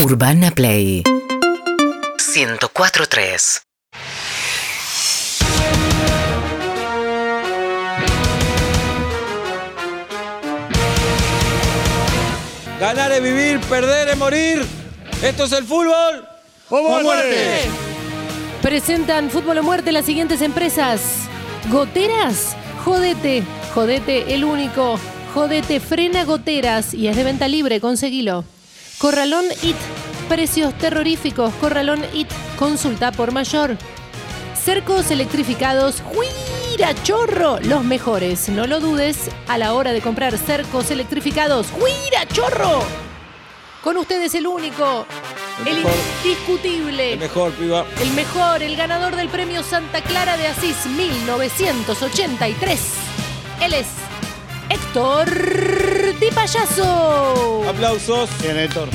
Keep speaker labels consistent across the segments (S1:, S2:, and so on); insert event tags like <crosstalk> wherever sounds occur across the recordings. S1: Urbana Play 104.3
S2: Ganar es vivir, perder es morir. Esto es el fútbol.
S3: ¡Vamos
S2: a muerte!
S4: Presentan Fútbol o Muerte las siguientes empresas. Goteras, Jodete, Jodete el único, Jodete frena goteras y es de venta libre, conseguilo. Corralón IT, precios terroríficos, Corralón IT, consulta por mayor. Cercos electrificados, ¡Juira Chorro! Los mejores, no lo dudes, a la hora de comprar cercos electrificados, ¡Juira Chorro! Con ustedes el único,
S2: El
S4: el,
S2: mejor.
S4: indiscutible.
S2: El mejor, piba.
S4: El mejor, el ganador del premio Santa Clara de Asís 1983. Él es Héctor Di Payaso.
S2: Aplausos.
S3: Bien, Héctor.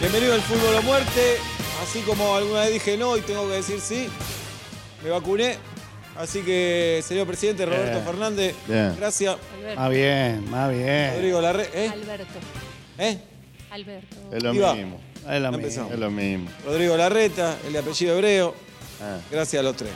S2: Bienvenido al fútbol a muerte. Así como alguna vez dije no y tengo que decir sí, me vacuné. Así que, señor presidente Roberto
S3: Bien.
S2: Fernández,
S3: Bien.
S2: gracias.
S3: Más bien, más bien.
S2: Rodrigo Larre. ¿Eh?
S4: Alberto.
S2: ¿Eh?
S4: Alberto.
S5: Es lo
S2: Iba.
S5: mismo.
S3: Es lo mismo.
S2: Empezamos.
S5: Es lo mismo.
S2: Rodrigo Larreta, el de apellido hebreo.
S5: Ah.
S2: Gracias a los tres.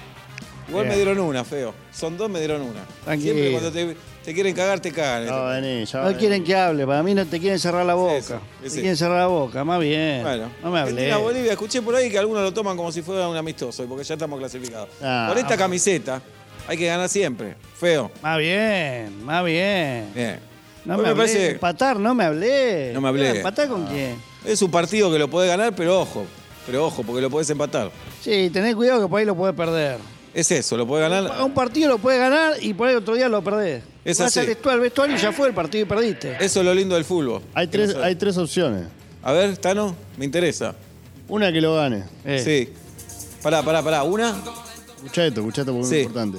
S2: Igual
S3: Bien.
S2: me dieron una, feo. Son dos, me dieron una.
S3: Tranquilo.
S2: Siempre cuando te, te quieren cagar, te cagan.
S5: Ya va a venir, ya va a
S3: No quieren que hable, para mí no te quieren cerrar la boca.
S2: sí,
S3: Te
S2: sí.
S3: quieren cerrar la boca, más bien.
S2: Bueno, Este
S3: no me hablé.
S2: Argentina, Bolivia, escuché por ahí que algunos lo toman como si fuera un amistoso, porque ya estamos clasificados.
S5: Ah,
S2: Con esta
S5: ah,
S2: camiseta hay que ganar siempre. Feo.
S3: Más bien, más bien.
S2: Bien.
S3: No
S2: Hoy
S3: me,
S2: me
S3: hablé.
S2: parece-
S3: Empatar, no me hablé.
S2: No me hablé. Ah.
S3: ¿Empatar con quién?
S2: Es un partido que lo podés ganar, pero ojo. Pero ojo, porque lo podés empatar.
S3: Sí, tenés cuidado que por ahí lo podés perder.
S2: Es eso, lo podés
S3: A
S2: ganar.
S3: Un partido lo podés ganar y por ahí otro día lo perdés.
S2: Es
S3: Vas
S2: así.
S3: al vestu- al vestuario y ya fue el partido y perdiste.
S2: Eso es lo lindo del fútbol.
S5: Hay tres, hay tres opciones.
S2: A ver, Tano, me interesa.
S5: Una que lo gane.
S3: Eh,
S2: Sí. Pará, pará, pará. ¿Una?
S5: Escuchá esto, escuchá esto porque
S2: Sí.
S5: es importante.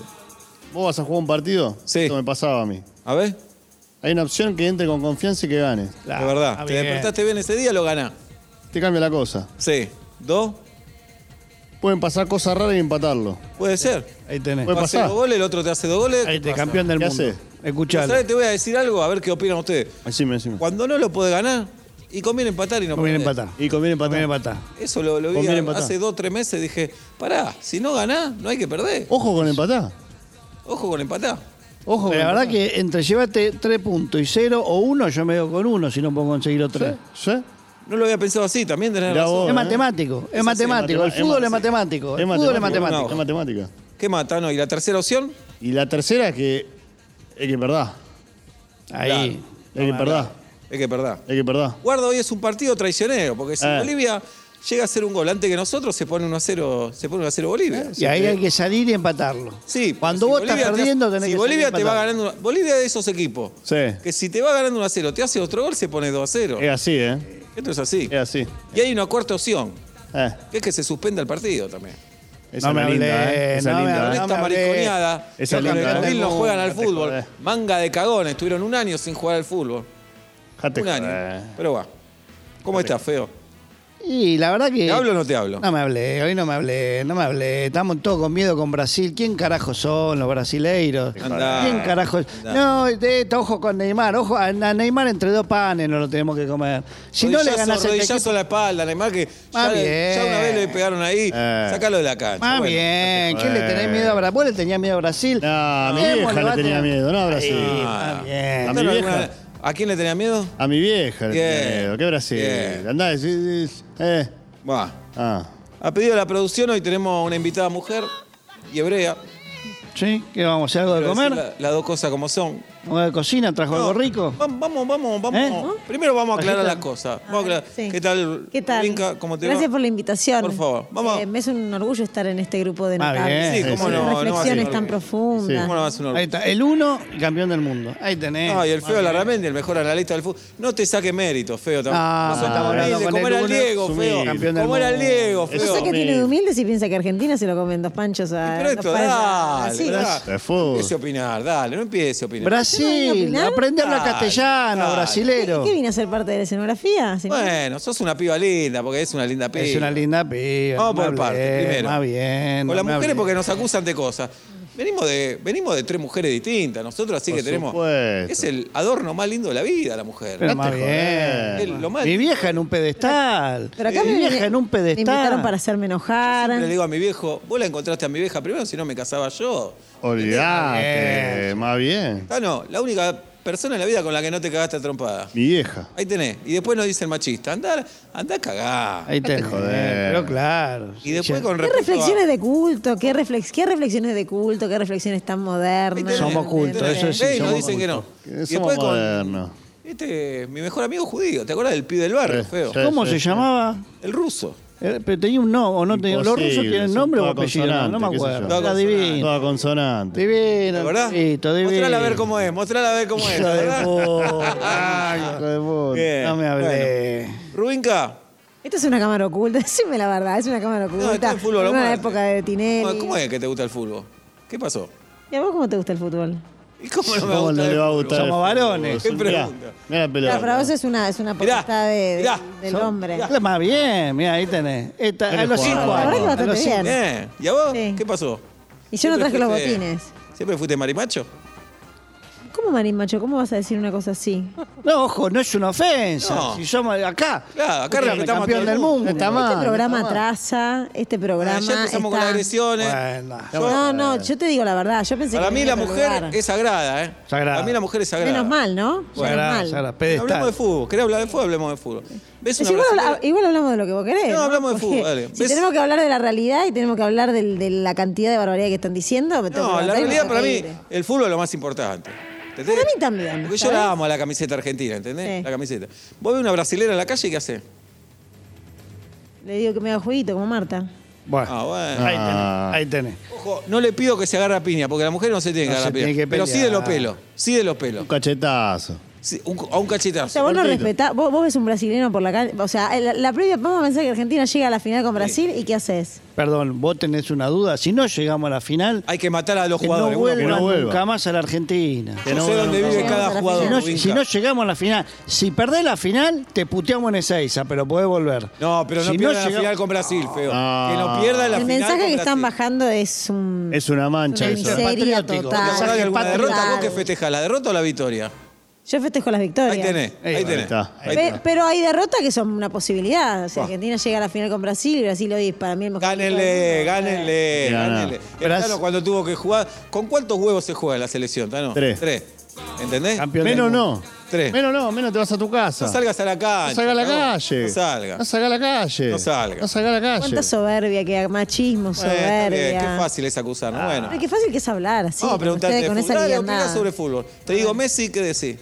S5: ¿Vos vas a jugar un partido?
S2: Sí.
S5: Esto me pasaba a mí.
S2: A ver.
S5: Hay una opción que entre con confianza y que gane.
S2: de
S3: claro, está
S2: verdad. Te
S3: Ah, bien.
S2: despertaste bien ese día, lo ganás.
S5: Te cambia la cosa.
S2: Sí. ¿Dos?
S5: Pueden pasar cosas raras y empatarlo.
S2: Puede ser.
S3: Ahí tenés.
S5: Puede
S2: Uno hace
S5: pasar.
S2: dos goles, el otro te hace dos goles.
S3: Ahí te
S2: pasa?
S3: campeón del
S5: ¿Qué
S3: mundo.
S5: hace?
S3: Escuchalo.
S2: ¿Sabés? Te voy a decir algo, a ver qué opinan ustedes.
S5: Decime, decime.
S2: Cuando no lo puede ganar, y conviene empatar y no
S3: Conviene
S2: perder.
S3: empatar.
S5: Y conviene empatar.
S3: Conviene empatar.
S2: Eso lo, lo vi
S5: Conviene
S2: a-
S5: empatar.
S2: hace dos o tres meses, dije, pará, si no ganás, no hay que perder.
S5: Ojo con empatar.
S2: Ojo con empatar.
S5: Ojo con
S3: Pero la verdad
S5: empatar.
S3: que entre llevate 3 puntos y 0 o 1, yo me veo con 1 si no puedo conseguir los 3.
S5: ¿Sí? ¿Sí?
S2: No lo había pensado así, también tenés
S5: Mirá
S2: razón.
S5: vos.
S3: Es matemático, es,
S2: así,
S3: matemático. El
S5: matem-
S3: fútbol
S5: ma-
S3: es matemático.
S5: Es
S3: El fútbol es
S5: matemática.
S3: matemático.
S5: Es matemática.
S2: ¿Qué mata, no? ¿Y la tercera opción?
S5: Y la tercera es que es que perdá.
S3: Ahí.
S5: Es que perdá.
S2: Es que perdá.
S5: Es que perdá.
S2: Guarda hoy es un partido traicionero, porque si
S5: Eh.
S2: Bolivia llega a hacer un gol antes que nosotros, se pone 1 a 0, se pone 1 a 0 Bolivia.
S3: Y ahí hay que salir y empatarlo.
S2: Sí,
S3: Cuando
S2: si
S3: vos estás
S2: Bolivia te-
S3: perdiendo, tenés
S2: si
S3: que
S2: Bolivia
S3: salir
S2: te va
S3: empatar.
S2: ganando. Bolivia es de esos equipos.
S5: Sí.
S2: Que si te va ganando 1 a 0, te hace otro gol, se pone 2 a 0.
S5: Es así, ¿eh?
S2: Esto es así.
S5: Es así.
S2: Y hay una cuarta opción,
S5: Eh.
S2: que es que se suspenda el partido también.
S5: Esa
S3: No
S5: es
S3: me hablé,
S5: linda, ¿eh? Esa
S3: no me
S5: linda,
S2: Con
S3: hablé.
S5: ¿eh?
S2: esta
S3: me hablé.
S2: mariconeada,
S5: Esa
S2: los
S5: linda,
S2: de Brasil
S5: ¿eh?
S2: no juegan al
S5: No te
S2: fútbol.
S5: jodés.
S2: Manga de cagones, estuvieron un año sin jugar al fútbol.
S5: Dejate
S2: un año.
S5: joder.
S2: Pero va. ¿Cómo estás, feo?
S3: Y la verdad que.
S2: ¿Te hablo o no te hablo?
S3: No me hablé, hoy no me hablé, no me hablé. Estamos todos con miedo con Brasil. ¿Quién carajo son los brasileiros?
S2: Andá.
S3: ¿Quién carajo?
S2: Andá.
S3: No, de esto, ojo con Neymar. Ojo, a a Neymar entre dos panes no lo tenemos que comer. Si no le
S2: Rodillazo,
S3: ganás a este
S2: rodillazo
S3: equipo,
S2: a la espalda, Neymar, que ya,
S3: Más
S2: le- ya
S3: bien.
S2: una vez le pegaron ahí.
S5: Eh.
S2: Sácalo de la cancha.
S3: más
S2: Bueno,
S3: Ah, bien. ¿Quién le
S5: joder.
S3: tenés miedo a Brasil? ¿Vos le tenías miedo a Brasil?
S5: No, a mi
S2: Eh,
S3: Démosle,
S5: vieja le
S3: bate.
S5: tenía miedo, no a Brasil.
S3: Ah, bien.
S5: A mi
S2: ¿Contaron
S5: vieja.
S2: alguna- ¿A quién le tenía miedo?
S5: A mi vieja le
S2: Bien.
S5: tenía miedo. Qué Brasil.
S2: Bien.
S5: Andá, es- es- eh.
S2: Va.
S5: Ah.
S2: A pedido de la producción, hoy tenemos una invitada mujer y hebrea.
S3: ¿Sí? ¿Qué vamos a hacer? ¿Algo de
S2: Quiero decir
S3: comer?
S2: la- Las dos cosas como son.
S3: ¿Algo de cocina? ¿Trajo algo rico?
S2: Vam- Vamos, vamos, vamos.
S3: ¿Eh?
S2: Primero vamos a aclarar
S3: Bajita.
S2: las cosas. Vamos a aclarar.
S6: Sí.
S2: ¿Qué tal,
S6: ¿Qué tal?
S2: Brinca? ¿Cómo te
S6: Gracias
S2: va?
S6: por la invitación.
S2: Por favor, vamos.
S6: Eh, me es un orgullo estar en este grupo de
S3: Ah,
S6: notables.
S3: bien. Sí, cómo
S6: Con
S3: no, no va a ser
S6: reflexiones
S2: un
S6: tan
S2: orgullo.
S6: profundas.
S2: ¿Cómo no vas a un orgullo?
S3: Ahí está, el uno, campeón del mundo. Ahí tenés.
S2: No, y el feo Larramendi, el mejor analista del fútbol. No te saque mérito, feo. tampoco.
S3: Ah,
S2: No sos tan
S3: estamos hablando
S2: humilde
S3: con
S2: como
S3: el
S2: era el
S3: uno,
S2: Diego,
S5: sumil.
S2: feo.
S3: Campeón del
S2: Como era el
S3: mundo.
S2: Diego,
S5: Eso
S6: No
S2: feo.
S6: sé qué
S5: Humilde.
S6: tiene de humilde si piensa que Argentina se lo comen dos panchos a
S2: Pero esto,
S6: dos panes a-
S2: dale,
S6: así.
S2: dale.
S5: De fútbol.
S2: No empiece a opinar, dale, no empiece a opinar.
S6: ¿No voy a
S3: Brasil,
S6: opinar?
S3: aprender la
S2: Dale,
S3: castellana,
S2: dale.
S3: brasilero.
S6: ¿Qué vine a ser parte de la escenografía? señor?
S2: Bueno, sos una piba linda, porque es una linda piba.
S3: Es una linda piba.
S2: Vamos por
S3: más
S2: parte,
S3: bien,
S2: primero.
S3: Más bien.
S2: Con las
S3: más
S2: mujeres
S3: bien.
S2: porque nos acusan de cosas. venimos de, venimos de tres mujeres distintas, nosotros así
S5: Por
S2: que tenemos.
S5: supuesto.
S2: Es el adorno más lindo de la vida, la mujer.
S3: Pero
S5: No
S3: más
S5: te
S3: bien.
S5: jodas.
S2: El- lo más
S3: Mi
S2: lindo.
S3: vieja en un pedestal.
S6: Pero acá
S3: Mi
S6: me,
S3: vieja en un pedestal.
S6: me invitaron para hacerme enojar.
S2: Le digo a mi viejo, vos la encontraste a mi vieja primero, si no me casaba yo.
S5: Olvidate, más bien.
S2: Ah, no, la única persona en la vida con la que no te cagaste a trompada.
S5: Mi vieja.
S2: Ahí tenés. Y después nos dice el machista, andar, andá a cagar.
S3: Ahí te
S5: joder.
S3: Pero claro.
S2: Y después
S3: Ya-
S2: con
S6: ¿Qué
S2: respecto a-
S6: reflexiones de culto? ¿Qué, reflex, ¿Qué reflexiones de culto? ¿Qué reflexiones tan
S2: Ahí
S6: modernas?
S2: tenés,
S3: Somos
S2: ahí
S3: cultos,
S2: tenés.
S3: eso sí,
S2: Ve y
S3: somos
S2: nos dicen que no. Y
S5: Somos
S2: después con-
S5: modernos.
S2: Este, mi mejor amigo judío, ¿te acuerdas del pibe del barrio,
S5: Sí,
S2: feo?
S5: sí.
S3: ¿Cómo se
S5: sí.
S3: llamaba?
S2: El ruso.
S3: Eh, Pero tenía un no, o no tenía. Los rusos
S5: Imposible,
S3: tienen
S5: son
S3: nombre o
S5: todas
S3: apellido, no, no me
S5: consonantes, qué sé
S3: acuerdo.
S5: yo.
S3: Era
S2: Todas
S3: divino.
S5: Ah, Toda consonante.
S3: Divino,
S2: ¿La verdad?
S3: Tito, divino.
S2: Mostrala a ver cómo es, mostrala a ver cómo es.
S3: Hijo
S2: ¿la
S3: de
S2: verdad?
S3: puta.
S2: Ah,
S5: Ay, hijo de
S2: <laughs>
S5: puta.
S2: Bien,
S3: No me hablé.
S2: Rubinka,
S6: Esto es una cámara oculta, <laughs> decime la verdad, es una cámara oculta.
S2: no, está en fútbol.
S6: en una
S2: Omar.
S6: época de Tinelli.
S2: ¿Cómo- ¿Cómo es que te gusta el fútbol? ¿Qué pasó?
S6: ¿Y a vos cómo te gusta el fútbol?
S2: ¿Y cómo no me
S5: ¿Cómo
S2: gusta
S5: no
S2: el
S5: le va a
S2: fútbol?
S5: gustar? el
S3: Somos
S5: fútbol?
S3: varones.
S2: Qué
S5: Mirá,
S2: pregunta.
S5: Mirá la
S6: Claro, para
S5: pelota.
S6: vos es una, es una
S2: Mirá,
S6: potestad de- de-
S2: mirá,
S6: del
S2: son-
S6: hombre.
S2: mirá.
S3: Ah, Más bien, mira, ahí tenés. Esta- a
S5: Tenés
S3: los cinco
S5: jugador.
S6: La verdad
S3: años.
S6: que
S3: a
S6: bastante
S3: los cinco.
S6: bien.
S2: Bien. ¿Y a vos?
S6: Sí.
S2: ¿Qué pasó?
S6: Y yo no
S2: ¿Siempre
S6: traje los
S2: fuiste-
S6: botines.
S2: ¿Siempre fuiste marimacho?
S6: ¿Cómo, Marín Macho? ¿Cómo vas a decir una cosa así?
S3: No, ojo, no es una ofensa.
S2: No.
S3: Si somos acá.
S2: Claro, acá
S3: Ustedes
S2: respetamos a
S3: campeón
S2: todo el
S3: del
S2: mundo.
S3: mundo.
S5: Está
S6: este
S5: mal.
S6: programa atrasa, este programa.
S2: Ah, ya empezamos con las
S6: está-
S2: agresiones.
S3: Bueno.
S6: No, no, yo te digo la verdad. Yo pensé
S2: Para
S6: que
S2: mí
S6: venía
S2: la
S6: de otro
S2: mujer
S6: lugar.
S2: es sagrada, ¿eh?
S3: Sagrada.
S2: Para mí la mujer es sagrada.
S6: Menos mal, ¿no?
S3: Sagrada,
S6: Menos mal.
S3: sagrada. Pedestal.
S2: Hablemos de fútbol. ¿Querés hablar de fútbol? Hablemos de fútbol. ¿Ves
S6: Pues
S2: una
S6: igual,
S2: brasileña?
S6: habla- igual hablamos de lo que vos querés.
S2: No, hablamos de
S6: Porque
S2: fútbol, dale.
S6: Si
S2: ¿Ves?
S6: tenemos que hablar de la realidad y tenemos que hablar del- de la cantidad de barbaridad que están diciendo, me tengo
S2: No,
S6: que
S2: la
S6: levantar y me
S2: realidad
S6: tengo
S2: para
S6: que
S2: mí,
S6: ir.
S2: el fútbol es lo más importante. ¿Entendés?
S6: Para mí también,
S2: Porque yo
S6: ¿sabés?
S2: la amo a la camiseta argentina, ¿entendés?
S6: Sí.
S2: La camiseta. Vos ves una brasilera en la calle y ¿qué hace?
S6: Le digo que me haga jueguito como Marta.
S3: Bueno,
S2: Ah, bueno.
S3: ahí tenés.
S5: Ah.
S3: Ahí tenés.
S2: Ojo, no le pido que se agarre a piña, porque la mujer no se tiene que
S3: No
S2: agarrar a
S3: se
S2: piña.
S3: tiene que
S2: Pero sí de
S3: pelear.
S2: los pelos. Sí de los pelos.
S5: Un cachetazo.
S2: Sí, un- a un
S6: O
S2: cachetazo.
S6: sea, vos no
S5: Cortito.
S6: respetás, vos, vos ves un brasileño por la calle. O sea, la, la previa, vamos a pensar que Argentina llega a la final con Brasil y ¿qué haces?
S3: Perdón, vos tenés una duda. Si no llegamos a la final,
S2: Hay que matar a los
S3: que no
S2: jugadores. uno por
S5: Que
S3: vuelvan
S5: no vuelva.
S3: nunca más a la Argentina.
S2: uno. no sé dónde vive
S6: Llegamos a
S2: cada
S6: la
S2: jugador.
S3: Si no,
S2: Vinca.
S3: si no llegamos a la final, si perdés la final, te puteamos en Ezeiza, pero podés volver.
S2: No, pero no
S3: Si Ah.
S2: pierda la
S3: llegamos-
S2: final con Brasil, feo.
S5: No.
S2: Que no pierda la
S6: el
S2: final
S6: mensaje
S2: con
S6: que están
S2: Brasil.
S6: bajando es
S3: Mm.
S6: un.
S5: Es una mancha
S6: Una
S5: eso.
S3: miseria.
S6: miseria
S3: Patriótico.
S2: ¿Te
S6: total.
S2: acordás de alguna
S3: Mensaje
S2: derrota? ¿Vos
S6: Total.
S2: qué festejás? ¿La derrota o la victoria?
S6: Yo festejo las victorias.
S2: Ahí tenés, ahí
S3: Ahí
S2: tenés.
S5: está.
S2: Ahí
S6: Pe-
S2: tenés.
S6: pero hay derrotas que son una posibilidad. O sea, Argentina llega a la final con Brasil y Brasil hoy es para mí el mejor.
S2: Gánenle, gánenle,
S5: Mirá,
S2: gánenle.
S5: no.
S2: El
S3: Brasil-
S2: Tano cuando tuvo que jugar, ¿con cuántos huevos se juega en la selección, Tano?
S5: Tres.
S2: Tres. ¿Entendés?
S3: Campeón del
S5: Menos
S3: mundo.
S5: no.
S2: Tres.
S5: Menos no, menos te vas a tu casa.
S2: No salgas a la
S5: No
S2: calle.
S5: salga a la calle.
S2: No salgas.
S5: No salga a la calle.
S2: No salga.
S5: No salga a la calle.
S6: Cuánta soberbia que
S2: Bueno,
S6: machismo,
S2: está bien,
S6: soberbia.
S2: qué fácil es acusarnos. Bueno,
S6: Ay, qué fácil que es hablar así.
S2: vamos a
S6: con
S2: preguntarte
S6: ustedes,
S2: de
S6: con
S2: fútbol.
S6: esa
S2: Dale,
S6: liviandad.
S2: opinás sobre fútbol. Te digo, Messi, ¿qué decís?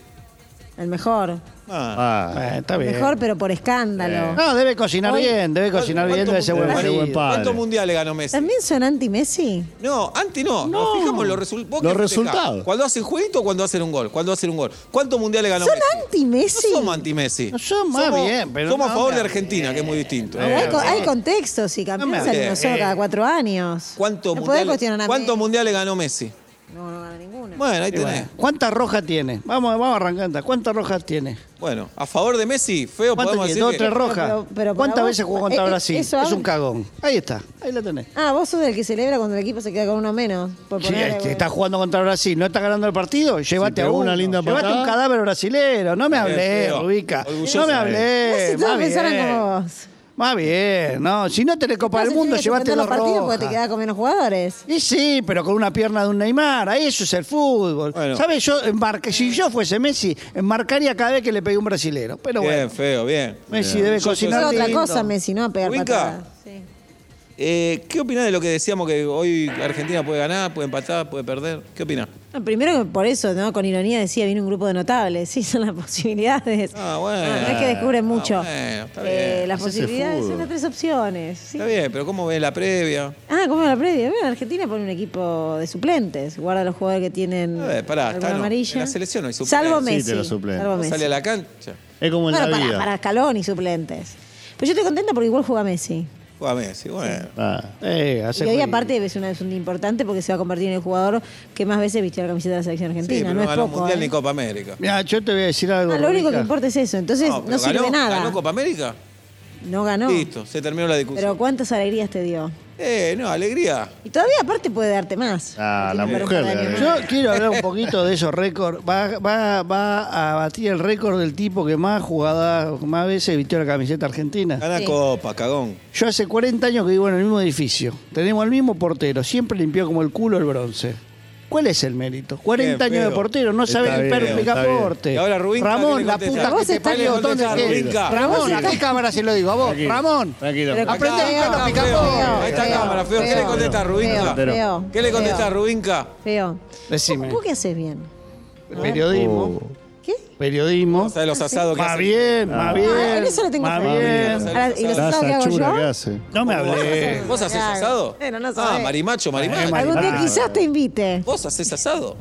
S6: El mejor.
S2: Ah,
S5: Ah,
S3: Eh, está
S6: El
S3: bien.
S6: mejor, pero por escándalo.
S3: No, debe cocinar
S6: Hoy-
S3: bien, debe cocinar bien, debe ser buen
S5: ¿Cuánto-
S3: marido.
S5: buen padre.
S2: ¿Cuántos mundiales ganó Messi?
S6: ¿También son anti-Messi?
S2: No, antes no. Nos fijamos en los, resul- vos
S5: Los
S2: qué festejás.
S5: resultados.
S2: Cuando hacen jueguito o cuando hacen un gol. Cuando hacen un gol. ¿Cuántos mundiales ganó
S6: ¿Son
S2: Messi?
S6: anti-Messi?
S2: No somos anti-Messi.
S3: No somos, bien, pero
S2: Somos a
S3: no, eh,
S2: favor de
S3: bien.
S2: Argentina, que es muy distinto. eh.
S6: Pero hay, co- hay contextos y campeones
S3: No me
S6: salimos
S2: hables.
S6: solo cada cuatro años.
S2: ¿Cuántos
S6: no podés cuestionar
S2: mundiales,
S6: a
S2: ¿cuántos
S6: Messi.
S2: mundiales ganó Messi?
S6: No, no gana ninguno.
S2: Bueno, ahí
S3: Y bueno,
S2: tenés.
S3: ¿Cuántas rojas tiene? Vamos, vamos arrancando. ¿Cuántas rojas tiene?
S2: Bueno, a favor de Messi, feo
S3: ¿Cuántas
S2: podemos
S3: tiene?
S2: decir
S3: Dos,
S2: que-
S3: tres rojas.
S6: Pero- pero para
S3: ¿Cuántas
S6: vos-
S3: veces jugó contra
S6: eh, eh,
S3: Brasil?
S6: eso
S3: es
S6: habla.
S3: un cagón. Ahí está, ahí la tenés.
S6: Ah, vos sos el que celebra cuando el equipo se queda con uno menos. Por
S3: Si
S6: ponerle-
S3: este, estás jugando contra Brasil, no estás ganando el partido, llévate a
S5: pegó
S3: uno.
S5: una linda
S3: llévate
S5: patada.
S3: un cadáver brasilero. No me
S2: Bien,
S3: hablé,
S2: feo.
S3: Rubica.
S2: Orgulloso
S3: No me
S2: de él.
S3: hablé.
S6: Casi todos
S3: eh, más
S6: pensaran
S3: bien.
S6: como vos.
S3: Más bien, no. Si no tenés Copa del
S6: Entonces
S3: Mundo,
S6: tenés que
S3: llévate
S6: suspender
S3: dos
S6: los partidos porque te
S3: rojas.
S6: quedás con menos jugadores.
S3: Y sí, pero con una pierna de un Neymar, ahí eso es el fútbol.
S2: Bueno.
S3: ¿Sabes? Yo enmarca- si yo fuese Messi, enmarcaría cada vez que le pegué a un brasilero. Pero
S2: Bien,
S3: bueno,
S2: feo, bien.
S3: Messi debe
S2: Yo- yo-
S6: Es
S3: cocinar
S6: otra
S3: lindo.
S6: cosa, Messi, no a pegar
S2: Winca.
S6: patadas. Sí.
S2: Eh, ¿Qué opinás de lo que decíamos que hoy Argentina puede ganar, puede empatar, puede perder? ¿Qué opinás?
S6: No, primero que por eso, ¿no? Con ironía decía, viene un grupo de notables. Sí, son las <laughs> posibilidades.
S2: Ah, bueno.
S6: No, no es que descubren
S2: Ah,
S6: mucho.
S2: bueno, está
S6: Eh,
S2: bien.
S6: las
S5: Ese es el
S6: posibilidades son
S5: fútbol.
S6: las tres opciones. sí.
S2: Está bien, pero ¿cómo ves la previa?
S6: Ah, ¿cómo la previa? Bueno, Argentina pone un equipo de suplentes. Guarda los jugadores que tienen
S2: A ver, Eh, pará,
S6: alguna
S2: Tano,
S6: amarilla.
S2: en la selección no hay suplentes.
S6: Salvo
S2: Sí,
S6: Messi.
S5: te los suplentes.
S6: salvo
S2: ¿Cómo
S6: Messi.
S2: sale a la cancha?
S5: Es como en
S6: Bueno,
S5: la
S6: para,
S5: vida.
S6: para Scaloni, suplentes. Pero yo estoy contenta porque igual juega Messi.
S2: Juega Messi, bueno.
S5: Ah.
S3: Eh, hace
S6: y hoy
S3: juicio.
S6: aparte es, una, es un importante porque se va a convertir en el jugador que más veces vistió la camiseta de la selección
S2: Sí,
S6: argentina.
S2: pero
S6: no
S2: no
S6: es
S2: ganó
S6: poco.
S2: Mundial
S6: ¿eh?
S2: ni Copa América.
S3: Mira, yo te voy a decir algo.
S6: Ah, lo único que
S3: Rubica.
S6: importa es eso. Entonces no,
S2: pero
S6: sirve
S2: ganó,
S6: nada.
S2: ¿Ganó Copa América?
S6: No ganó.
S2: Listo, se terminó la discusión.
S6: Pero cuántas alegrías te dio.
S2: Eh, no, alegría.
S6: Y todavía aparte puede darte más.
S5: Ah, la
S6: Tiene
S5: mujer
S6: para
S5: le
S6: mi
S5: da
S6: hermano.
S5: de-
S3: Yo quiero hablar un poquito de esos récords. Va, va, va a batir el récord del tipo que más jugadas, más veces vistió la camiseta argentina.
S2: Gana
S6: Sí.
S2: copa, cagón.
S3: Yo hace 40 años que vivo en el mismo edificio. Tenemos el mismo portero. Siempre limpió como el culo el bronce. ¿Cuál es el mérito? 40
S2: Bien,
S3: años de
S2: pero-
S3: portero, no
S5: Está
S3: sabe el
S5: bien,
S3: perfecto
S5: está bien.
S3: aporte.
S2: Y ahora Rubinca, ¿qué
S3: Ramón,
S2: le
S3: la
S2: contesta?
S3: puta
S6: Vos
S3: que te
S6: estás
S3: parió, ¿dónde
S2: contestando,
S3: querés?
S2: Rubinca.
S3: Ramón, acá en cámara se lo digo a vos.
S5: Tranquilo,
S3: Ramón,
S5: Tranquilo.
S6: Pero
S5: Acá-
S3: Aprende a
S6: feo,
S3: buscar los picaportes.
S2: Ahí está
S6: feo,
S2: cámara, feo. ¿Qué le
S6: feo,
S2: contesta Rubinca?
S6: Feo, feo,
S2: ¿Qué le contestás,
S6: feo,
S2: Rubinca?
S6: Feo.
S3: Decime.
S6: ¿Vos qué haces bien?
S2: Oh.
S3: periodismo,
S6: ¿Qué?
S3: periodismo.
S2: O sea, los asados que
S3: Más
S2: hacen.
S3: bien, más bien.
S6: Ah, en eso le tengo
S3: más
S6: fe.
S3: bien.
S6: Ahora, ¿Y los
S5: La
S6: asados que hago
S5: sachura que
S6: yo?
S5: hace.
S3: No me
S2: ¿Vos
S3: hablé.
S2: haces- ¿Vos haces
S6: Claro.
S2: asado?
S6: Bueno, no
S2: Ah,
S6: sabés.
S2: marimacho, marimacho.
S3: Eh,
S6: Algún día
S3: Ah.
S6: quizás te invite.
S2: ¿Vos haces asado?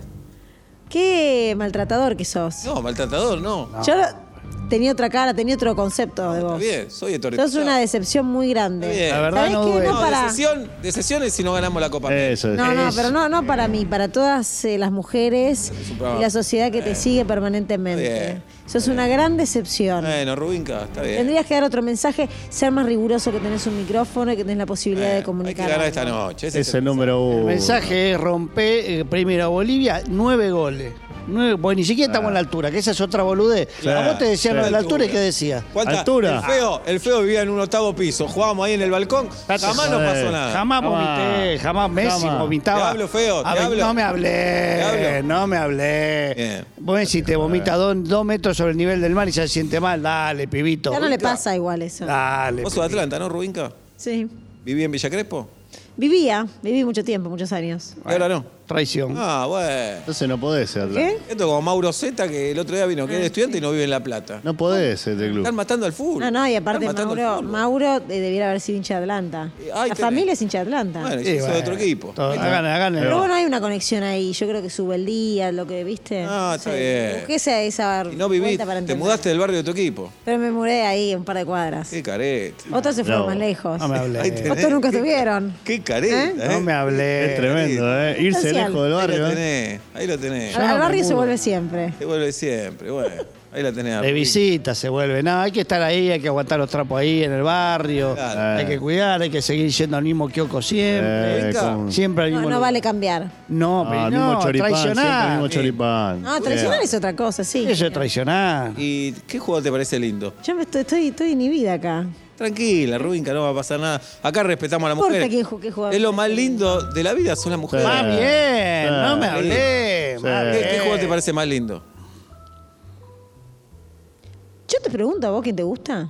S6: Qué maltratador que sos.
S2: No, maltratador, no.
S6: Yo lo- tenía otra cara, tenía otro concepto de
S2: Está
S6: vos.
S2: bien, soy
S6: Sos
S2: autorizado.
S6: una decepción muy grande.
S2: Está bien. La
S3: verdad
S6: ¿Sabés
S3: no
S6: qué?
S3: duele.
S6: No,
S2: No,
S6: para...
S2: de sesión, de sesiones si no ganamos la copa. América.
S5: Eso es.
S6: No, no,
S3: Es-
S6: pero no, no para mí, para todas eh, las mujeres
S2: un programa.
S6: y la sociedad que te sigue permanentemente.
S2: Bien.
S6: Sos una gran decepción.
S2: Bueno, Rubinca, está bien.
S6: Tendrías que dar otro mensaje, ser más riguroso que tenés un micrófono y que tenés la posibilidad de
S2: Hay que
S6: comunicar.
S2: ganar
S6: algo.
S2: esta noche. ese
S5: Es el número uno.
S3: El mensaje es romper eh, primero a Bolivia, nueve goles. Nueve, porque ni siquiera estamos en
S2: Ah.
S3: la altura, que esa es otra boludez.
S5: Claro,
S3: a vos te decían
S5: claro.
S3: lo de la altura y qué decías.
S2: ¿Cuánta-
S5: Altura.
S2: El feo, el feo vivía en un octavo piso. Jugábamos ahí en el balcón. Ah. Jamás no
S5: joder.
S2: pasó nada.
S3: Jamás
S5: Jamás.
S3: vomité, jamás Messi
S5: Jamás.
S3: vomitaba.
S2: Te hablo feo, te
S3: A ver,
S2: hablo.
S3: No me
S2: Te
S3: hablé,
S2: hablo.
S3: no me hablé.
S2: Bien.
S3: Vos si te vomita dos, dos metros sobre el nivel del mar y se siente mal, dale, pibito.
S6: Ya no le pasa igual eso.
S3: Dale.
S2: Vos sos de Atlanta, ¿no, Rubinca?
S6: Sí.
S2: ¿Viví en Villa Crespo?
S6: Vivía, viví mucho tiempo, muchos años.
S2: Y ahora no.
S3: Traición.
S2: Ah, bueno.
S5: Entonces no podés ser atleta.
S6: ¿Qué?
S2: Esto como Mauro Zeta, que el otro día vino,
S6: Ah,
S2: que es estudiante y no vive en La Plata.
S5: No podés ser del
S2: Están
S5: club.
S2: matando al fútbol.
S6: Ah, No, no, y aparte
S2: Están matando al
S6: Mauro,
S2: fútbol.
S6: Mauro eh, debiera haber sido hincha de Atlanta.
S2: Eh, ahí
S6: la
S2: tenés.
S6: familia es hincha de Atlanta.
S2: Bueno,
S3: Sí,
S2: yo soy de
S3: bueno.
S2: otro equipo.
S3: Todo- Hagan, hagan el-
S6: Pero bueno, hay una conexión ahí. Yo creo que su beldía, lo que viste.
S2: Ah, está bien.
S6: Busqué esa, esa
S2: Y no vivís,
S6: vuelta
S2: te
S6: para entender.
S2: mudaste del barrio de tu equipo.
S6: Pero me mudé ahí, un par de cuadras.
S2: Qué careta.
S6: Otros se fueron
S5: No.
S6: más lejos.
S3: No me hablé.
S2: Ahí tenés.
S6: Otros nunca estuvieron.
S2: Qué careta, ¿eh?
S3: No me hablé.
S5: Es tremendo, ¿eh? Irse
S6: Potencial.
S5: lejos del
S2: Ahí
S5: barrio.
S2: lo
S5: ¿eh?
S2: tenés, ahí lo tenés.
S6: Al, al
S3: me
S6: barrio se
S3: mudo.
S6: vuelve siempre.
S2: Te vuelve siempre, bueno. Ahí la tenés.
S3: De
S2: Rubinca.
S3: visita se vuelve. No, hay que estar ahí, hay que aguantar los trapos ahí en el barrio.
S2: Claro.
S3: Hay que cuidar, hay que seguir yendo al mismo kiosco siempre.
S5: Eh,
S2: Venga.
S5: con-
S3: Siempre al
S6: No,
S3: mismo
S6: no
S3: lugar.
S6: vale cambiar.
S3: No,
S5: Ah,
S3: pero
S5: el mismo
S3: no,
S5: choripán, siempre el
S3: traicionar.
S5: mismo choripán. Ah,
S6: No, traicionar es otra cosa, sí.
S3: Eso es traicionar.
S2: ¿Y qué juego te parece lindo?
S6: Yo me estoy, estoy, estoy inhibida acá.
S2: Tranquila, Rubinca, no va a pasar nada. Acá respetamos a la
S6: No importa
S2: mujer.
S6: quién ju- qué juega.
S2: es lo más lindo de la vida, son las mujeres.
S3: Más
S5: Sí.
S3: bien,
S5: Sí.
S3: no me hablé.
S5: Eh, Sí.
S3: más
S2: ¿Qué,
S3: bien.
S2: qué juego te parece más lindo?
S6: Yo te pregunto a vos quién te gusta.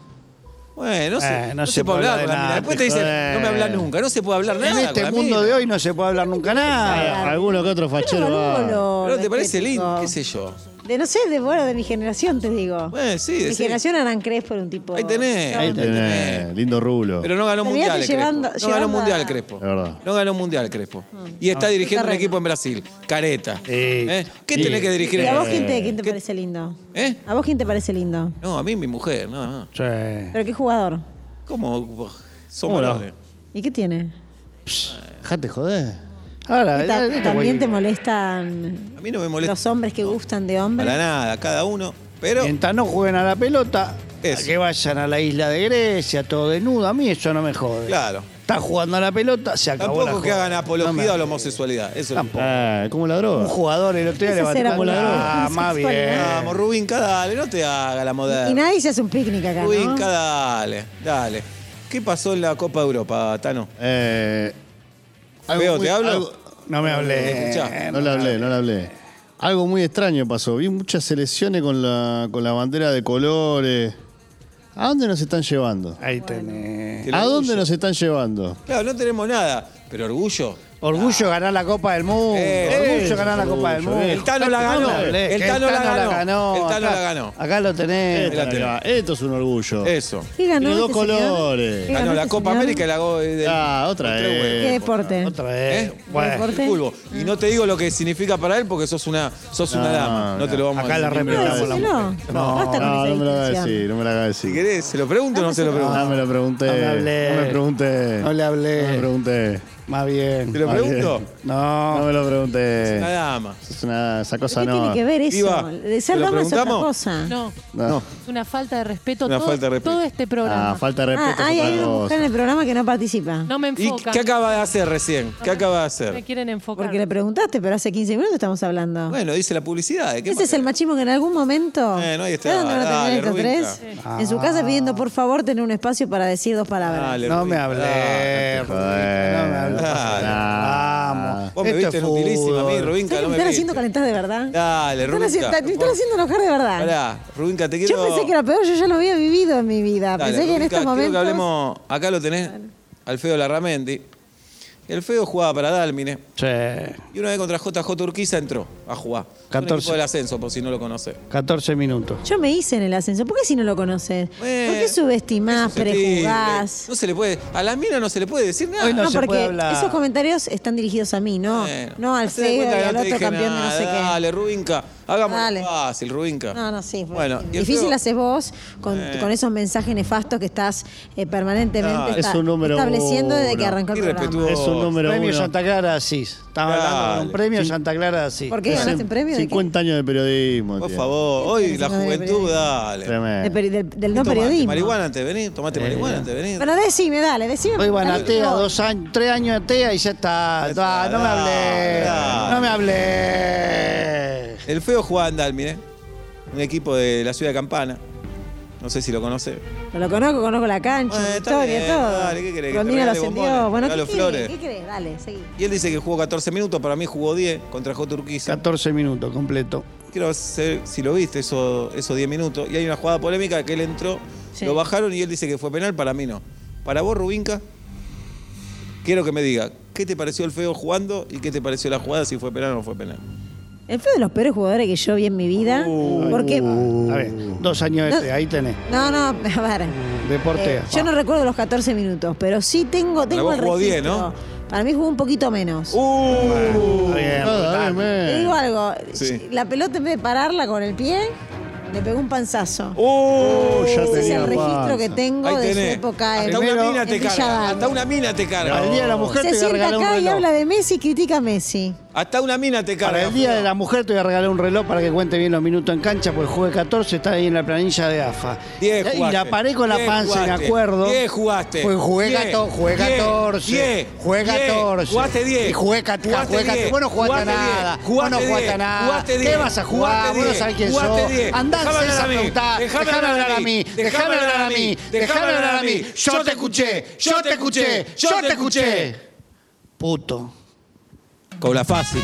S2: Bueno, no sé.
S3: Eh,
S2: no, se, puede hablar con la
S3: nada,
S2: mina. Después te dicen,
S5: joder.
S2: no me hablas nunca, no se puede hablar nada.
S3: En
S2: con
S3: este
S2: la
S3: mundo
S2: mina.
S3: de hoy no se puede hablar nunca nada.
S5: eh, Alguno que otro fachero va.
S6: Boludo,
S2: Pero te parece
S6: estético.
S2: lindo, qué sé yo.
S6: De no sé, de bueno, de mi generación te digo.
S2: Bueno, sí,
S6: mi
S2: decí.
S6: generación harán Crespo era un tipo.
S2: Ahí tenés.
S5: Ahí tenés, Lindo rulo.
S2: Pero no ganó
S6: Te
S2: mundial.
S6: olvidaste
S2: el
S6: llevando-
S2: Crespo. No ganó
S6: llevando
S2: mundial
S6: a- Mm.
S2: Crespo.
S5: La verdad.
S2: No ganó mundial Crespo. Y está dirigiendo un
S6: terreno.
S2: equipo en Brasil. Careta. ¿Eh? ¿Qué
S5: Sí.
S2: tenés que dirigir
S6: ¿Y
S2: en
S6: a vos
S2: Brasil?
S6: quién te, quién te
S2: ¿Qué-
S6: parece lindo?
S2: ¿Eh?
S6: ¿A vos quién te parece lindo?
S2: No, a mí mi mujer, no, no.
S3: Sí.
S6: ¿Pero qué jugador?
S2: ¿Cómo? Somos
S5: ¿Cómo no?
S2: varones.
S6: ¿Y qué tiene?
S5: Dejate joder.
S3: Ahora,
S6: ¿Y ta-
S3: eh,
S6: ¿También te molestan
S2: A mí no me molesta.
S6: los hombres que gustan de
S2: Para
S6: hombres?
S2: nada, cada uno. Pero
S3: Mientras no jueguen a la pelota,
S2: Eso.
S3: a que vayan a la isla de Grecia, todo desnudo, a mí eso no me jode.
S2: Claro.
S3: Está jugando a la pelota, se acabó la
S2: tampoco que
S3: joda.
S2: hagan
S3: No
S2: apología
S3: me-
S2: a la homosexualidad. Eso
S3: Tampoco.
S5: Ah, como la
S3: Un
S5: droga.
S3: jugador el otro día
S6: Eso será
S3: levantó
S6: popular.
S3: Ah, más bien.
S2: Vamos, Rubinca, dale, no te haga la moderna.
S6: Y nadie se hace un picnic acá, ¿no?
S2: Rubinca, dale, dale. ¿Qué pasó en la Copa de Europa, Tano?
S5: Eh, algo
S2: Feo,
S5: muy-
S2: ¿te hablo?
S5: algo-
S3: No me hablé.
S2: Escuchá.
S5: no le hablé, no le hablé. Algo muy extraño pasó. Vi muchas selecciones con la, con la bandera de colores. ¿A dónde nos están llevando?
S3: Ahí tenés.
S2: El
S5: ¿A
S2: orgullo.
S5: dónde nos están llevando?
S2: Claro, no tenemos nada, pero orgullo.
S3: Orgullo ganar la Copa del Mundo.
S2: Eh,
S3: orgullo
S5: eso,
S3: ganar la Copa del
S5: orgullo,
S3: Mundo.
S5: eh.
S2: El Tano la ganó,
S3: No me hablé,
S2: el
S3: que
S2: Tano la ganó, el Tano
S3: acá-
S2: la ganó. Eh,
S3: Acá lo tenés.
S5: Esta
S2: tenés.
S5: acá, Esto es un orgullo.
S2: Eso.
S6: ¿Qué ganó
S5: Tiene dos
S6: este señor?
S5: colores.
S6: ¿Qué
S2: Ganó Ah, la
S6: este
S2: Copa
S6: señor?
S2: América y la go- eh, del-
S5: Ah, otra
S2: del-
S5: vez.
S6: ¿Qué deporte?
S3: Otra vez.
S2: ¿Eh?
S3: Bueno,
S6: Por-
S2: del fútbol. Y no te digo lo que significa para él porque sos una sos una
S5: No,
S2: dama. No te lo vamos
S3: acá
S2: a
S3: la
S2: decir.
S6: No,
S3: respetamos. la
S6: decíselo.
S3: mujer.
S6: No, basta con
S5: No,
S6: esa
S5: no me lo hagas
S6: distinción.
S5: decir, no me lo hagas
S2: Si
S5: decir. Ah,
S2: querés, ¿se lo pregunto o no se lo pregunto?
S5: No me lo pregunté.
S3: No me hablé.
S5: No me pregunté.
S3: No le hablé.
S5: No me pregunté.
S3: Más bien.
S2: ¿Te lo
S3: más bien.
S2: pregunto?
S5: No
S3: No.
S5: me lo pregunté.
S2: Una dama.
S5: Es una, esa cosa
S6: ¿Qué
S5: no.
S6: tiene que ver eso?
S2: Iba,
S6: de
S2: ¿te
S6: ser
S2: lo
S6: dama es otra
S2: preguntamos?
S6: cosa. Ah,
S4: No,
S5: No.
S2: No.
S4: es una falta de respeto,
S2: Una
S4: todo,
S2: falta de respeto.
S4: todo este programa.
S5: Ah, falta de
S6: Ah,
S5: respeto. es
S6: hay,
S5: otra
S6: hay una
S5: cosa.
S6: mujer en el programa que no participa.
S4: no me
S2: ¿Y
S4: enfocan.
S2: qué acaba de hacer recién? ¿Qué acaba de
S4: Me
S2: hacer?
S4: quieren enfocar.
S6: Porque le preguntaste, pero hace 15 minutos estamos hablando.
S2: Bueno, dice la publicidad. ¿de qué
S6: Ese
S2: más
S6: es el
S2: querés?
S6: machismo que en algún momento.
S2: Bueno, ahí está,
S6: ¿Sabes dónde van a
S2: dale,
S6: terminar estos tres?
S2: Rubinka.
S6: En su casa pidiendo por favor tener un espacio para decir dos palabras.
S2: Dale,
S3: No me
S2: Rubinka,
S3: hablé.
S5: te joder.
S3: No me hablé.
S5: Ah.
S3: Vamos.
S2: Vos me
S3: Esto
S2: viste
S3: es
S2: inutilísima a mí,
S3: fútbol.
S2: Rubinka,
S6: ¿Sabes
S2: no me
S6: que me están
S2: viste.
S6: haciendo calentar de verdad?
S2: Dale,
S6: Me están haci-
S2: Rubinka.
S6: me están haciendo enojar de verdad.
S2: Pará, Rubinka, te quiero...
S6: Yo pensé que lo peor yo ya lo había vivido en mi vida.
S2: Dale,
S6: pensé que en
S2: Rubinka,
S6: estos
S2: quiero
S6: momentos.
S2: que hablemos... Acá lo tenés, Alfredo Larramendi. Alfredo jugaba para Dálmine.
S3: Sí.
S2: Y una vez contra JJ Urquiza entró a jugar. Es Un
S3: 14.
S2: equipo del ascenso, por si no lo conocés.
S3: 14 minutos.
S6: Yo me hice en el ascenso. ¿Por qué si no lo conoces? ¿Por qué
S2: Bueno,
S6: subestimás,
S2: es susceptible.
S6: prejugás?
S2: No se le puede... A la mina no se le puede decir nada.
S3: Hoy no
S6: No,
S3: se puede
S6: porque
S3: hablar.
S6: esos comentarios están dirigidos a mí, ¿no?
S2: Bueno,
S6: no al
S2: hazte de
S6: feo y
S2: cuenta que
S6: al
S2: no te
S6: otro
S2: dije
S6: campeón de no
S2: nada.
S6: sé qué.
S2: Dale, Rubinka, hagámoslo
S6: Dale.
S2: fácil, Rubinka.
S6: No, no, sí.
S2: Bueno, y el Eh.
S6: difícil
S2: feo-
S6: haces vos con, con esos mensajes nefastos que estás eh, permanentemente
S2: No,
S6: esta-
S5: es un número
S6: estableciendo desde que
S5: uno.
S6: arrancó el programa.
S2: Irrespetuoso.
S5: Es un número
S3: premio
S5: uno.
S3: Santa Clara de Asís. Estamos hablando de
S2: Dale.
S3: un premio Santa Clara de Asís.
S6: ¿Por qué ganaste un premio? ¿De, qué?
S5: 50 años de periodismo.
S2: Por
S5: tío.
S2: favor, hoy
S6: ¿Qué
S2: la
S6: estás haciendo de
S2: juventud,
S6: periodismo?
S2: dale.
S6: De
S5: Tremendo.
S6: peri- del, del no
S2: ¿Qué tomaste?
S6: periodismo. Eh.
S2: Marihuana antes de venir, tomate marihuana antes de venir.
S6: Pero decime, dale, decime.
S3: Hoy van
S6: Dale,
S3: a TEA,
S6: vos.
S3: dos años, tres años de TEA y ya está.
S2: Ya
S3: Ah,
S2: está,
S3: no me hablé.
S2: dale.
S3: No me hablé.
S2: El feo jugaba en Dálmine, un equipo de la ciudad de Campana. No sé si lo conoce.
S6: No lo conozco, conozco la cancha,
S2: Bueno,
S6: la
S2: está
S6: historia,
S2: bien,
S6: todo.
S2: dale, ¿qué querés? Que te
S6: Rondina lo
S2: regale bombones,
S6: ascendió. Bueno,
S2: regalo
S6: ¿qué
S2: flores.
S6: querés? ¿Qué querés? Dale, seguí.
S2: Y él dice que jugó 14 minutos, para mí jugó 10 contra J. Urquiza.
S3: 14 minutos completo.
S2: Quiero saber si lo viste, eso- esos 10 minutos. Y hay una jugada polémica que él entró,
S6: Sí.
S2: lo bajaron y él dice que fue penal, para mí no. Para vos, Rubinka, quiero que me diga, ¿qué te pareció el feo jugando y qué te pareció la jugada, si fue penal o no fue penal?
S6: El fue de los peores jugadores que yo vi en mi vida.
S2: Uh.
S6: porque.
S3: A ver, dos años de
S6: No.
S3: TEA, ahí tenés.
S6: No, no, a ver.
S3: Deporte.
S6: Eh, yo no recuerdo los 14 minutos, pero sí tengo, tengo
S2: vos
S6: el
S2: jugó 10,
S6: registro.
S2: ¿no?
S6: Para mí jugó un poquito menos.
S2: ¡Uh!
S5: Ah, dame.
S6: Te digo algo,
S2: Sí.
S6: la pelota en vez de pararla con el pie, le pegó un panzazo.
S2: ¡Uh!
S5: Ya
S6: Ese es
S5: tenía
S6: el registro
S5: panza.
S6: que tengo
S2: Ahí
S6: de su
S2: tenés.
S6: época en,
S2: Hasta una mina
S6: en
S2: te carga.
S6: Villadán.
S2: Hasta una mina te carga.
S3: Para el Día de la Mujer
S6: Se
S3: te voy a
S6: sienta
S3: regalar un
S6: acá y
S3: reloj.
S6: habla de Messi y critica a Messi.
S2: Hasta una mina te carga.
S3: Para el Día de la Mujer te voy a regalar un reloj para que cuente bien los minutos en cancha, porque jugué 14, está ahí en la planilla de AFA.
S2: Diez
S3: y la
S2: jugaste.
S3: paré con la
S2: Diez
S3: panza,
S2: jugaste.
S3: me acuerdo.
S2: Diez jugaste.
S3: Pues jugué,
S2: Diez.
S3: 14, jugué
S2: Diez.
S3: 14.
S2: Diez.
S3: Jugué
S2: Diez.
S3: 14.
S2: Jugaste diez.
S3: Y jugué 14.
S2: Jugaste
S3: jugué 14.
S2: diez.
S3: Vos no jugaste, a
S2: Jugaste diez.
S3: nada.
S2: Jugaste
S3: Vos no jugaste
S2: diez.
S3: a nada.
S2: Jugaste
S3: ¿Qué
S2: diez.
S3: vas a jugar?
S2: Jugaste
S3: Vos no
S2: diez.
S3: sabés quién
S2: Jugaste
S3: sos.
S2: diez.
S3: Andá
S2: Déjame
S3: César,
S2: hablar a mí.
S3: preguntá.
S2: Déjame hablar a mí.
S3: Déjame hablar a mí. Déjame hablar a mí. Yo te escuché. Yo te escuché. Yo te escuché. Puto.
S2: Cobla fácil.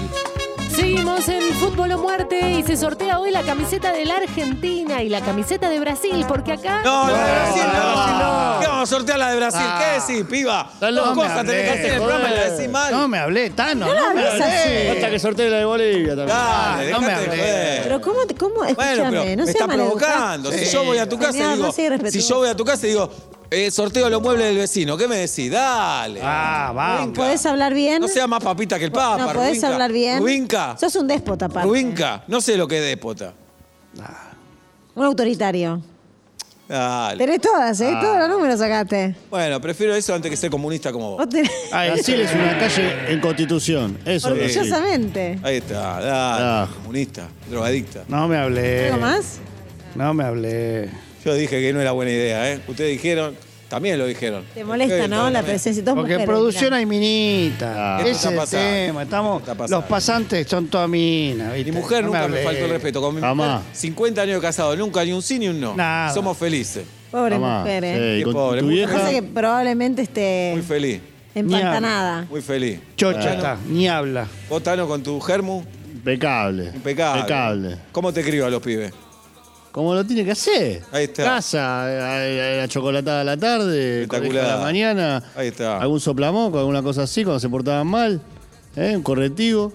S4: Seguimos en Fútbol o Muerte y se sortea hoy la camiseta de la Argentina y la camiseta de Brasil, porque acá.
S2: No, la de Brasil no.
S3: no.
S2: Brasil no. ¿Qué vamos a sortear la de Brasil?
S3: Ah.
S2: ¿Qué decís, piba?
S5: Dale,
S2: Dos
S5: no me
S2: cosas tenés que
S5: hablé,
S2: hacer en el programa y la
S5: joder.
S2: decís mal.
S3: No me hablé, Tano. No, me
S6: hables
S3: hablé.
S6: así.
S5: Hasta que sortee la de Bolivia también.
S2: Dale,
S3: no me
S2: dejate de
S3: hablé.
S2: joder.
S6: Pero ¿cómo? te- cómo
S2: Bueno,
S6: escúchame,
S2: pero
S6: no
S2: me
S6: seas
S2: está
S6: maleducado.
S2: provocando. Si yo voy a tu casa
S6: Mirá,
S2: y
S6: no
S2: digo,
S6: seas
S2: si
S6: irrespetuoso.
S2: yo voy a tu casa y digo, eh, sorteo los muebles del vecino, ¿qué me decís? Dale.
S3: Ah, vamos.
S2: Rubinka.
S6: ¿Podés hablar bien?
S2: No sea más papita que el papa.
S6: no, podés
S2: Rubinka.
S6: hablar bien.
S2: Rubinka.
S6: Sos un déspota, aparte.
S2: Rubinka. No sé lo que es déspota.
S6: Un autoritario.
S2: Dale.
S6: Tenés todas,
S2: Ah.
S6: ¿eh? Todos los números sacaste.
S2: Bueno, prefiero eso antes que ser comunista como vos.
S6: Vos tenés...
S5: Ay, Brasil es una calle en constitución. Eso es Brasil.
S6: Orgullosamente.
S2: Ahí está, dale.
S5: Ah.
S2: Comunista, drogadicta.
S3: No me
S2: Eh.
S3: hablé.
S6: ¿Algo más?
S3: No me hablé.
S2: Yo dije que no era buena idea, ¿eh? Ustedes dijeron, también lo dijeron. ¿eh?
S6: Te molesta,
S2: Ustedes
S6: ¿no? La
S2: también.
S6: presencia de dos
S3: Porque en
S6: mujeres,
S3: producción
S6: mirá.
S3: hay minita.
S5: Ah.
S3: Ese
S2: Esto está
S3: es el
S2: pasado.
S3: tema. Estamos,
S2: Esto está pasado.
S3: los pasantes son todas minas.
S2: Mi
S3: ¿viste?
S2: mujer
S3: No
S2: nunca me
S3: hablé.
S2: faltó el respeto. Con mi
S5: Jamás.
S2: mujer, 50 años de casado, nunca ni un sí ni un no.
S3: Nada.
S2: Somos felices.
S6: Pobre
S5: Tomá,
S6: mujer, ¿eh?
S5: sí,
S2: Qué
S5: con
S2: pobre,
S5: tu
S2: mucha
S5: vieja.
S6: Pasa que probablemente esté
S2: Muy feliz,
S6: empantanada.
S2: muy feliz.
S3: Chocha
S2: Tano,
S3: está, ni habla.
S2: Vos, Tano, con tu germu,
S5: Impecable.
S2: impecable.
S5: Impecable.
S2: ¿Cómo te crió a los pibes?
S5: Como lo tiene que hacer.
S2: Ahí está.
S5: Casa, a- a- a la chocolatada a la tarde,
S2: Espectacular.
S5: colegio a la mañana.
S2: Ahí está.
S5: Algún soplamoco, alguna cosa así, cuando se portaban mal. ¿eh? Un correctivo.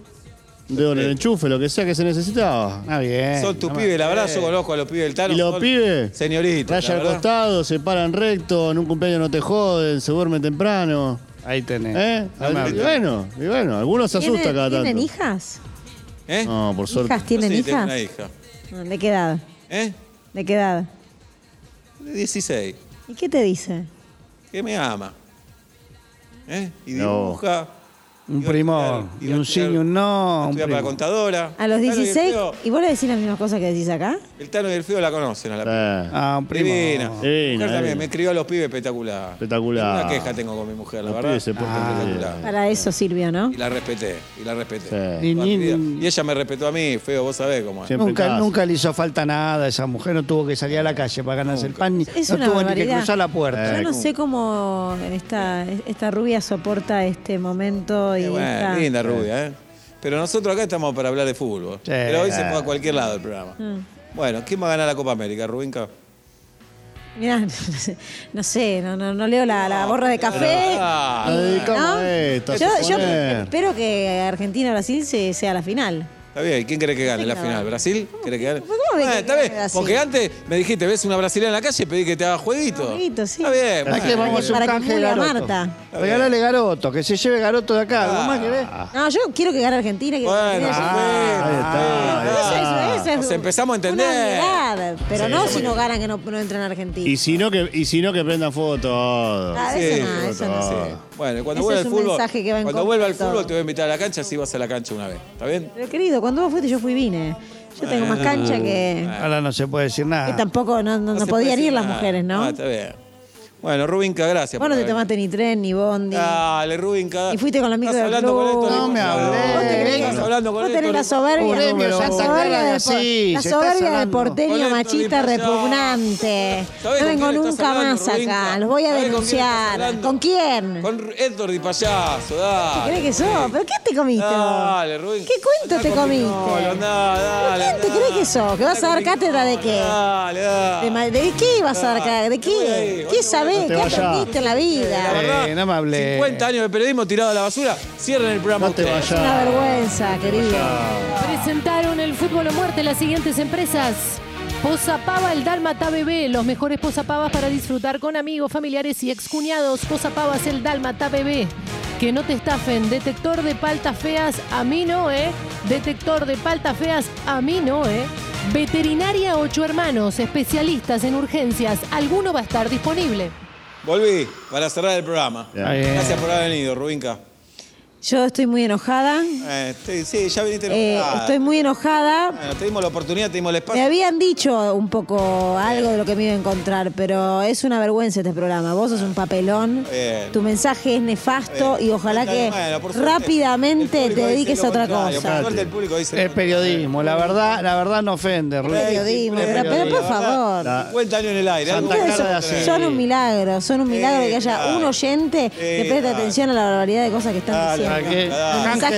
S5: Un dedo en el enchufe, lo que sea que se necesitaba.
S3: Ah, bien.
S2: Son tus
S3: No me-
S2: pibes, la verdad, yo conozco a los pibes del Tano.
S5: Y los
S2: son
S5: pibes,
S2: Señoritas. la
S5: raya al
S2: verdad.
S5: costado, se paran recto, en un cumpleaños no te joden, se duermen temprano.
S3: Ahí tenés.
S5: ¿eh?
S3: No me
S5: y
S3: hablé.
S5: bueno, y bueno, algunos se
S6: ¿Tienen,
S5: asustan cada tanto.
S6: ¿tienen hijas?
S2: ¿Eh?
S5: No, por suerte.
S6: ¿Hijas tienen
S2: Yo sí, tengo
S6: hijas?
S2: una hija.
S6: Ah, ¿De qué edad?
S2: ¿Eh?
S6: ¿De qué edad?
S2: De 16.
S6: ¿Y qué te dice?
S2: Que me ama. ¿Eh? Y
S5: No.
S2: dibuja
S3: Un
S2: Iba a
S3: primor.
S2: estudiar-
S3: Y
S2: iba a
S3: un sí
S2: estudiar-
S3: y un no. un
S2: Estudia para
S3: primor.
S2: contadora.
S6: A los
S2: El Tano y el
S6: 16,
S2: Feo-
S6: ¿y vos le decís las mismas cosas que decís acá?
S2: El Tano y el Feo la conocen a la piba.
S5: Eh,
S3: Ah, un primor.
S2: Divina.
S5: Divina,
S2: Mujer también,
S5: divina.
S2: Me crió a los pibes espectacular.
S5: Espectacular.
S2: Una queja tengo con mi mujer, la
S5: Los
S2: verdad.
S5: pibes se portan
S2: Ah,
S5: bien.
S6: Para eso sirvió, ¿no?
S2: Y la respeté, y la respeté.
S5: sí.
S3: Ni-
S2: Toda
S3: ni-
S2: mi vida. Y ella me respetó a mí, feo, vos sabés cómo es.
S5: Siempre en
S3: Nunca,
S5: casa.
S3: nunca le hizo falta nada a esa mujer, no tuvo que salir a la calle para ganarse el pan, ni,
S6: Es
S3: no
S6: una
S3: tuvo ni que
S6: barbaridad.
S3: cruzar la puerta.
S6: Yo
S5: Eh,
S6: no sé cómo esta, esta rubia soporta este momento y
S2: Eh, bueno,
S6: esta-
S2: linda rubia, ¿eh? Pero nosotros acá estamos para hablar de fútbol. Pero hoy se fue a cualquier lado el programa.
S6: Mm.
S2: Bueno, ¿quién va a ganar la Copa América, Rubinca?
S6: Mirá, <laughs> no sé, no, sé, no, no- no leo la, la borra de café.
S2: Ah,
S5: La dedicamos
S6: ¿no?
S5: a esta,
S6: yo,
S5: se
S6: yo
S5: pone.
S6: espero que Argentina-Brasil se- sea la final.
S2: Está bien, ¿quién cree que gane la final? ¿Brasil? ¿Cree que gane?
S6: ¿Cómo que
S2: Ah, está
S6: gane
S2: bien,
S6: Brasil?
S2: porque antes me dijiste, ves una brasileña en la calle, pedí que te haga jueguito.
S6: Jueguito, sí.
S2: Está bien.
S3: ¿Para qué vamos a hacer un
S6: Para que
S3: canje de
S6: mule a
S3: Garoto?
S6: Marta.
S3: Regálale Garoto, que se lleve Garoto de acá. ¿Algo más querés?
S2: Ah.
S6: No, yo quiero que gane Argentina. quiero que
S2: Bueno,
S6: Argentina llegue.
S2: ahí
S5: está, ahí
S6: Ah, Eso,
S5: está.
S6: eso, eso es
S2: ah. Nos empezamos a entender.
S6: una unidad, pero
S5: Sí,
S6: no
S5: porque-
S6: si no ganan que no, no entran a Argentina.
S5: Y si no que, y si no que prendan fuego todo.
S6: Ah, eso no,
S2: Sí,
S6: eso no.
S5: sí.
S2: Bueno, cuando
S6: Ese
S2: vuelva
S6: es
S2: el
S6: un
S2: fútbol,
S6: mensaje que va en
S2: cuando
S6: contra
S2: vuelva
S6: de
S2: el fútbol
S6: todo.
S2: te voy a invitar a la cancha, si vas a la cancha una vez, ¿está bien?
S6: Pero querido, cuando vos fuiste yo fui y vine. Yo tengo más cancha que,
S3: Ahora no se puede decir
S6: que
S3: nada.
S6: tampoco no,
S2: Ah.
S6: no- no
S2: se
S6: podían
S2: puede
S6: ir las
S2: decir nada.
S6: mujeres, ¿no?
S2: Ah, está bien. Bueno, Rubinca, gracias.
S6: Vos no
S2: por
S6: te
S2: haber
S6: tomaste ni tren, ni bondi.
S2: venido. Dale, Rubinca.
S6: Y fuiste con la micro
S2: Ah, Estás
S6: del
S2: hablando con
S6: club.
S2: esto,
S3: No me hablé.
S2: Vos te crees que
S3: Vos
S2: estás hablando con
S6: Vos tenés la
S2: esto.
S6: soberbia.
S3: Uremio,
S6: la
S3: Santa
S6: soberbia,
S3: Clara,
S6: de, por-
S3: sí,
S6: la
S3: se está
S6: soberbia de
S3: hablando.
S2: Con
S6: porteño
S2: esto
S6: machista
S2: limpia ya.
S6: repugnante.
S2: ¿Sabés
S6: No
S2: con
S6: vengo
S2: quién estás
S6: nunca
S2: hablando,
S6: más
S2: Rubinca?
S6: acá. Los voy a
S2: ¿Sabés con quién estás
S6: denunciar.
S2: hablando?
S6: ¿Con quién?
S2: Con Héctor Di Payaso,
S6: ¿Qué
S2: dale.
S6: crees que sos? ¿Pero qué te comiste vos?
S2: Dale, Rubín.
S6: ¿Qué cuento
S2: Andá
S6: te
S2: con
S6: comiste?
S2: Piñolo, andá, dale,
S6: ¿Pero quién te
S2: andá.
S6: crees que sos? ¿Que vas
S2: Andá
S6: a dar
S2: con
S6: cátedra de
S2: Piñolo,
S6: qué?
S2: Dale, dale.
S6: ¿De, ma- de qué vas a dar cara? ¿De
S2: Voy ahí,
S6: qué?
S2: hoy
S6: ¿Qué
S2: me voy,
S6: sabés?
S5: no te
S6: ¿Qué
S5: vayas.
S6: aprendiste en la
S2: La
S6: vida?
S2: verdad,
S3: Eh, no me hablé.
S2: 50 años de periodismo tirado a la basura. Cierren el programa
S5: No te
S2: ustedes.
S5: vayas.
S6: Una vergüenza, querido.
S4: Presentaron el fútbol o muerte las siguientes empresas. Posapava el Dálmata Bebé, los mejores posapavas para disfrutar con amigos, familiares y excuñados. Posapavas el Dálmata Bebé. Que no te estafen. Detector de paltas feas, a mí no, ¿eh? Detector de paltas feas, a mí no, ¿eh? Veterinaria Ocho Hermanos, especialistas en urgencias. Alguno va a estar disponible.
S2: Volví para cerrar el programa.
S5: Bien.
S3: Está bien.
S2: Gracias por haber venido, Rubinka.
S6: Yo estoy muy enojada.
S2: Eh, te- sí, ya viniste
S6: Eh,
S2: enojada.
S6: estoy muy enojada.
S2: Bueno, te dimos la oportunidad, te dimos el
S6: Me
S2: espacio.
S6: habían dicho un poco algo de lo que me iba a encontrar, pero es una vergüenza este programa. Vos sos un papelón,
S2: Bien.
S6: tu mensaje es nefasto
S2: Bien.
S6: y ojalá que
S2: Bueno, por suerte, el
S6: rápidamente
S2: público
S6: te
S2: dice
S6: dediques
S2: lo
S6: a otra
S2: contrario. Por
S6: cosa.
S2: suerte el público dice lo
S3: Es periodismo, la verdad, la verdad no ofende. Rubén.
S2: contrario.
S6: Periodismo,
S2: Es
S6: pero- pero
S2: periodismo,
S6: por
S2: ¿verdad?
S6: favor.
S5: La-
S2: 50 años en el aire. algo
S3: Santa
S2: que
S6: Ustedes
S3: Clara
S2: no
S3: de
S2: se puede
S3: Asís.
S2: creer.
S6: son, son un milagro, son un milagro
S2: Eh,
S6: que haya
S2: dale.
S6: un oyente
S2: Eh,
S6: que preste
S2: dale.
S6: atención a la barbaridad de cosas que
S2: Dale,
S6: están
S3: ¿Para
S2: Dale.
S3: qué?
S6: diciendo. Un
S3: Canje
S6: mensaje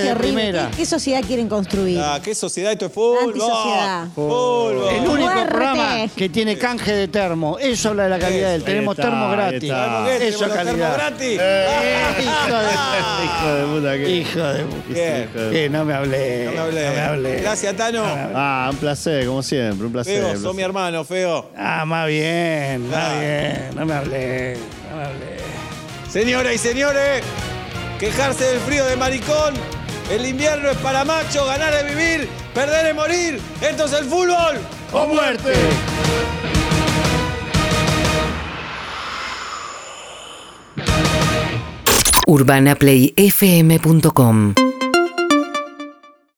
S3: de
S6: horrible.
S3: primera.
S6: ¿Qué, qué sociedad quieren construir?
S2: Ah, ¿Qué sociedad esto es fútbol?
S6: Antisociedad.
S2: Fútbol.
S3: El único
S6: Fuerte.
S3: programa que tiene canje de termo. Eso habla de la calidad del.
S5: Ahí
S3: Tenemos
S5: está,
S3: termo
S5: ahí
S3: gratis.
S5: está.
S2: ¿Qué?
S3: Ah, Eso es
S2: ¿Tenemos los termos
S3: calidad.
S2: gratis? Ah,
S3: Eh, <laughs> hijo
S5: <laughs> Hijo de
S3: de
S5: puta que.
S3: Hijo de puta.
S2: Bien.
S5: Hijo de-
S3: Eh, no me hablé.
S2: No me hablé. Gracias, Tano.
S5: Ah, un placer, como siempre, un placer.
S2: Feo,
S5: un
S2: sos mi
S5: placer.
S2: hermano, feo.
S3: Ah, más bien, más
S2: Ah.
S3: bien. No me hablé. No me hablé.
S2: Señoras y señores, quejarse del frío de maricón. El invierno es para macho, ganar es vivir, perder es morir. Esto es el fútbol.
S5: ¡O muerte!
S1: urbanaplayfm.com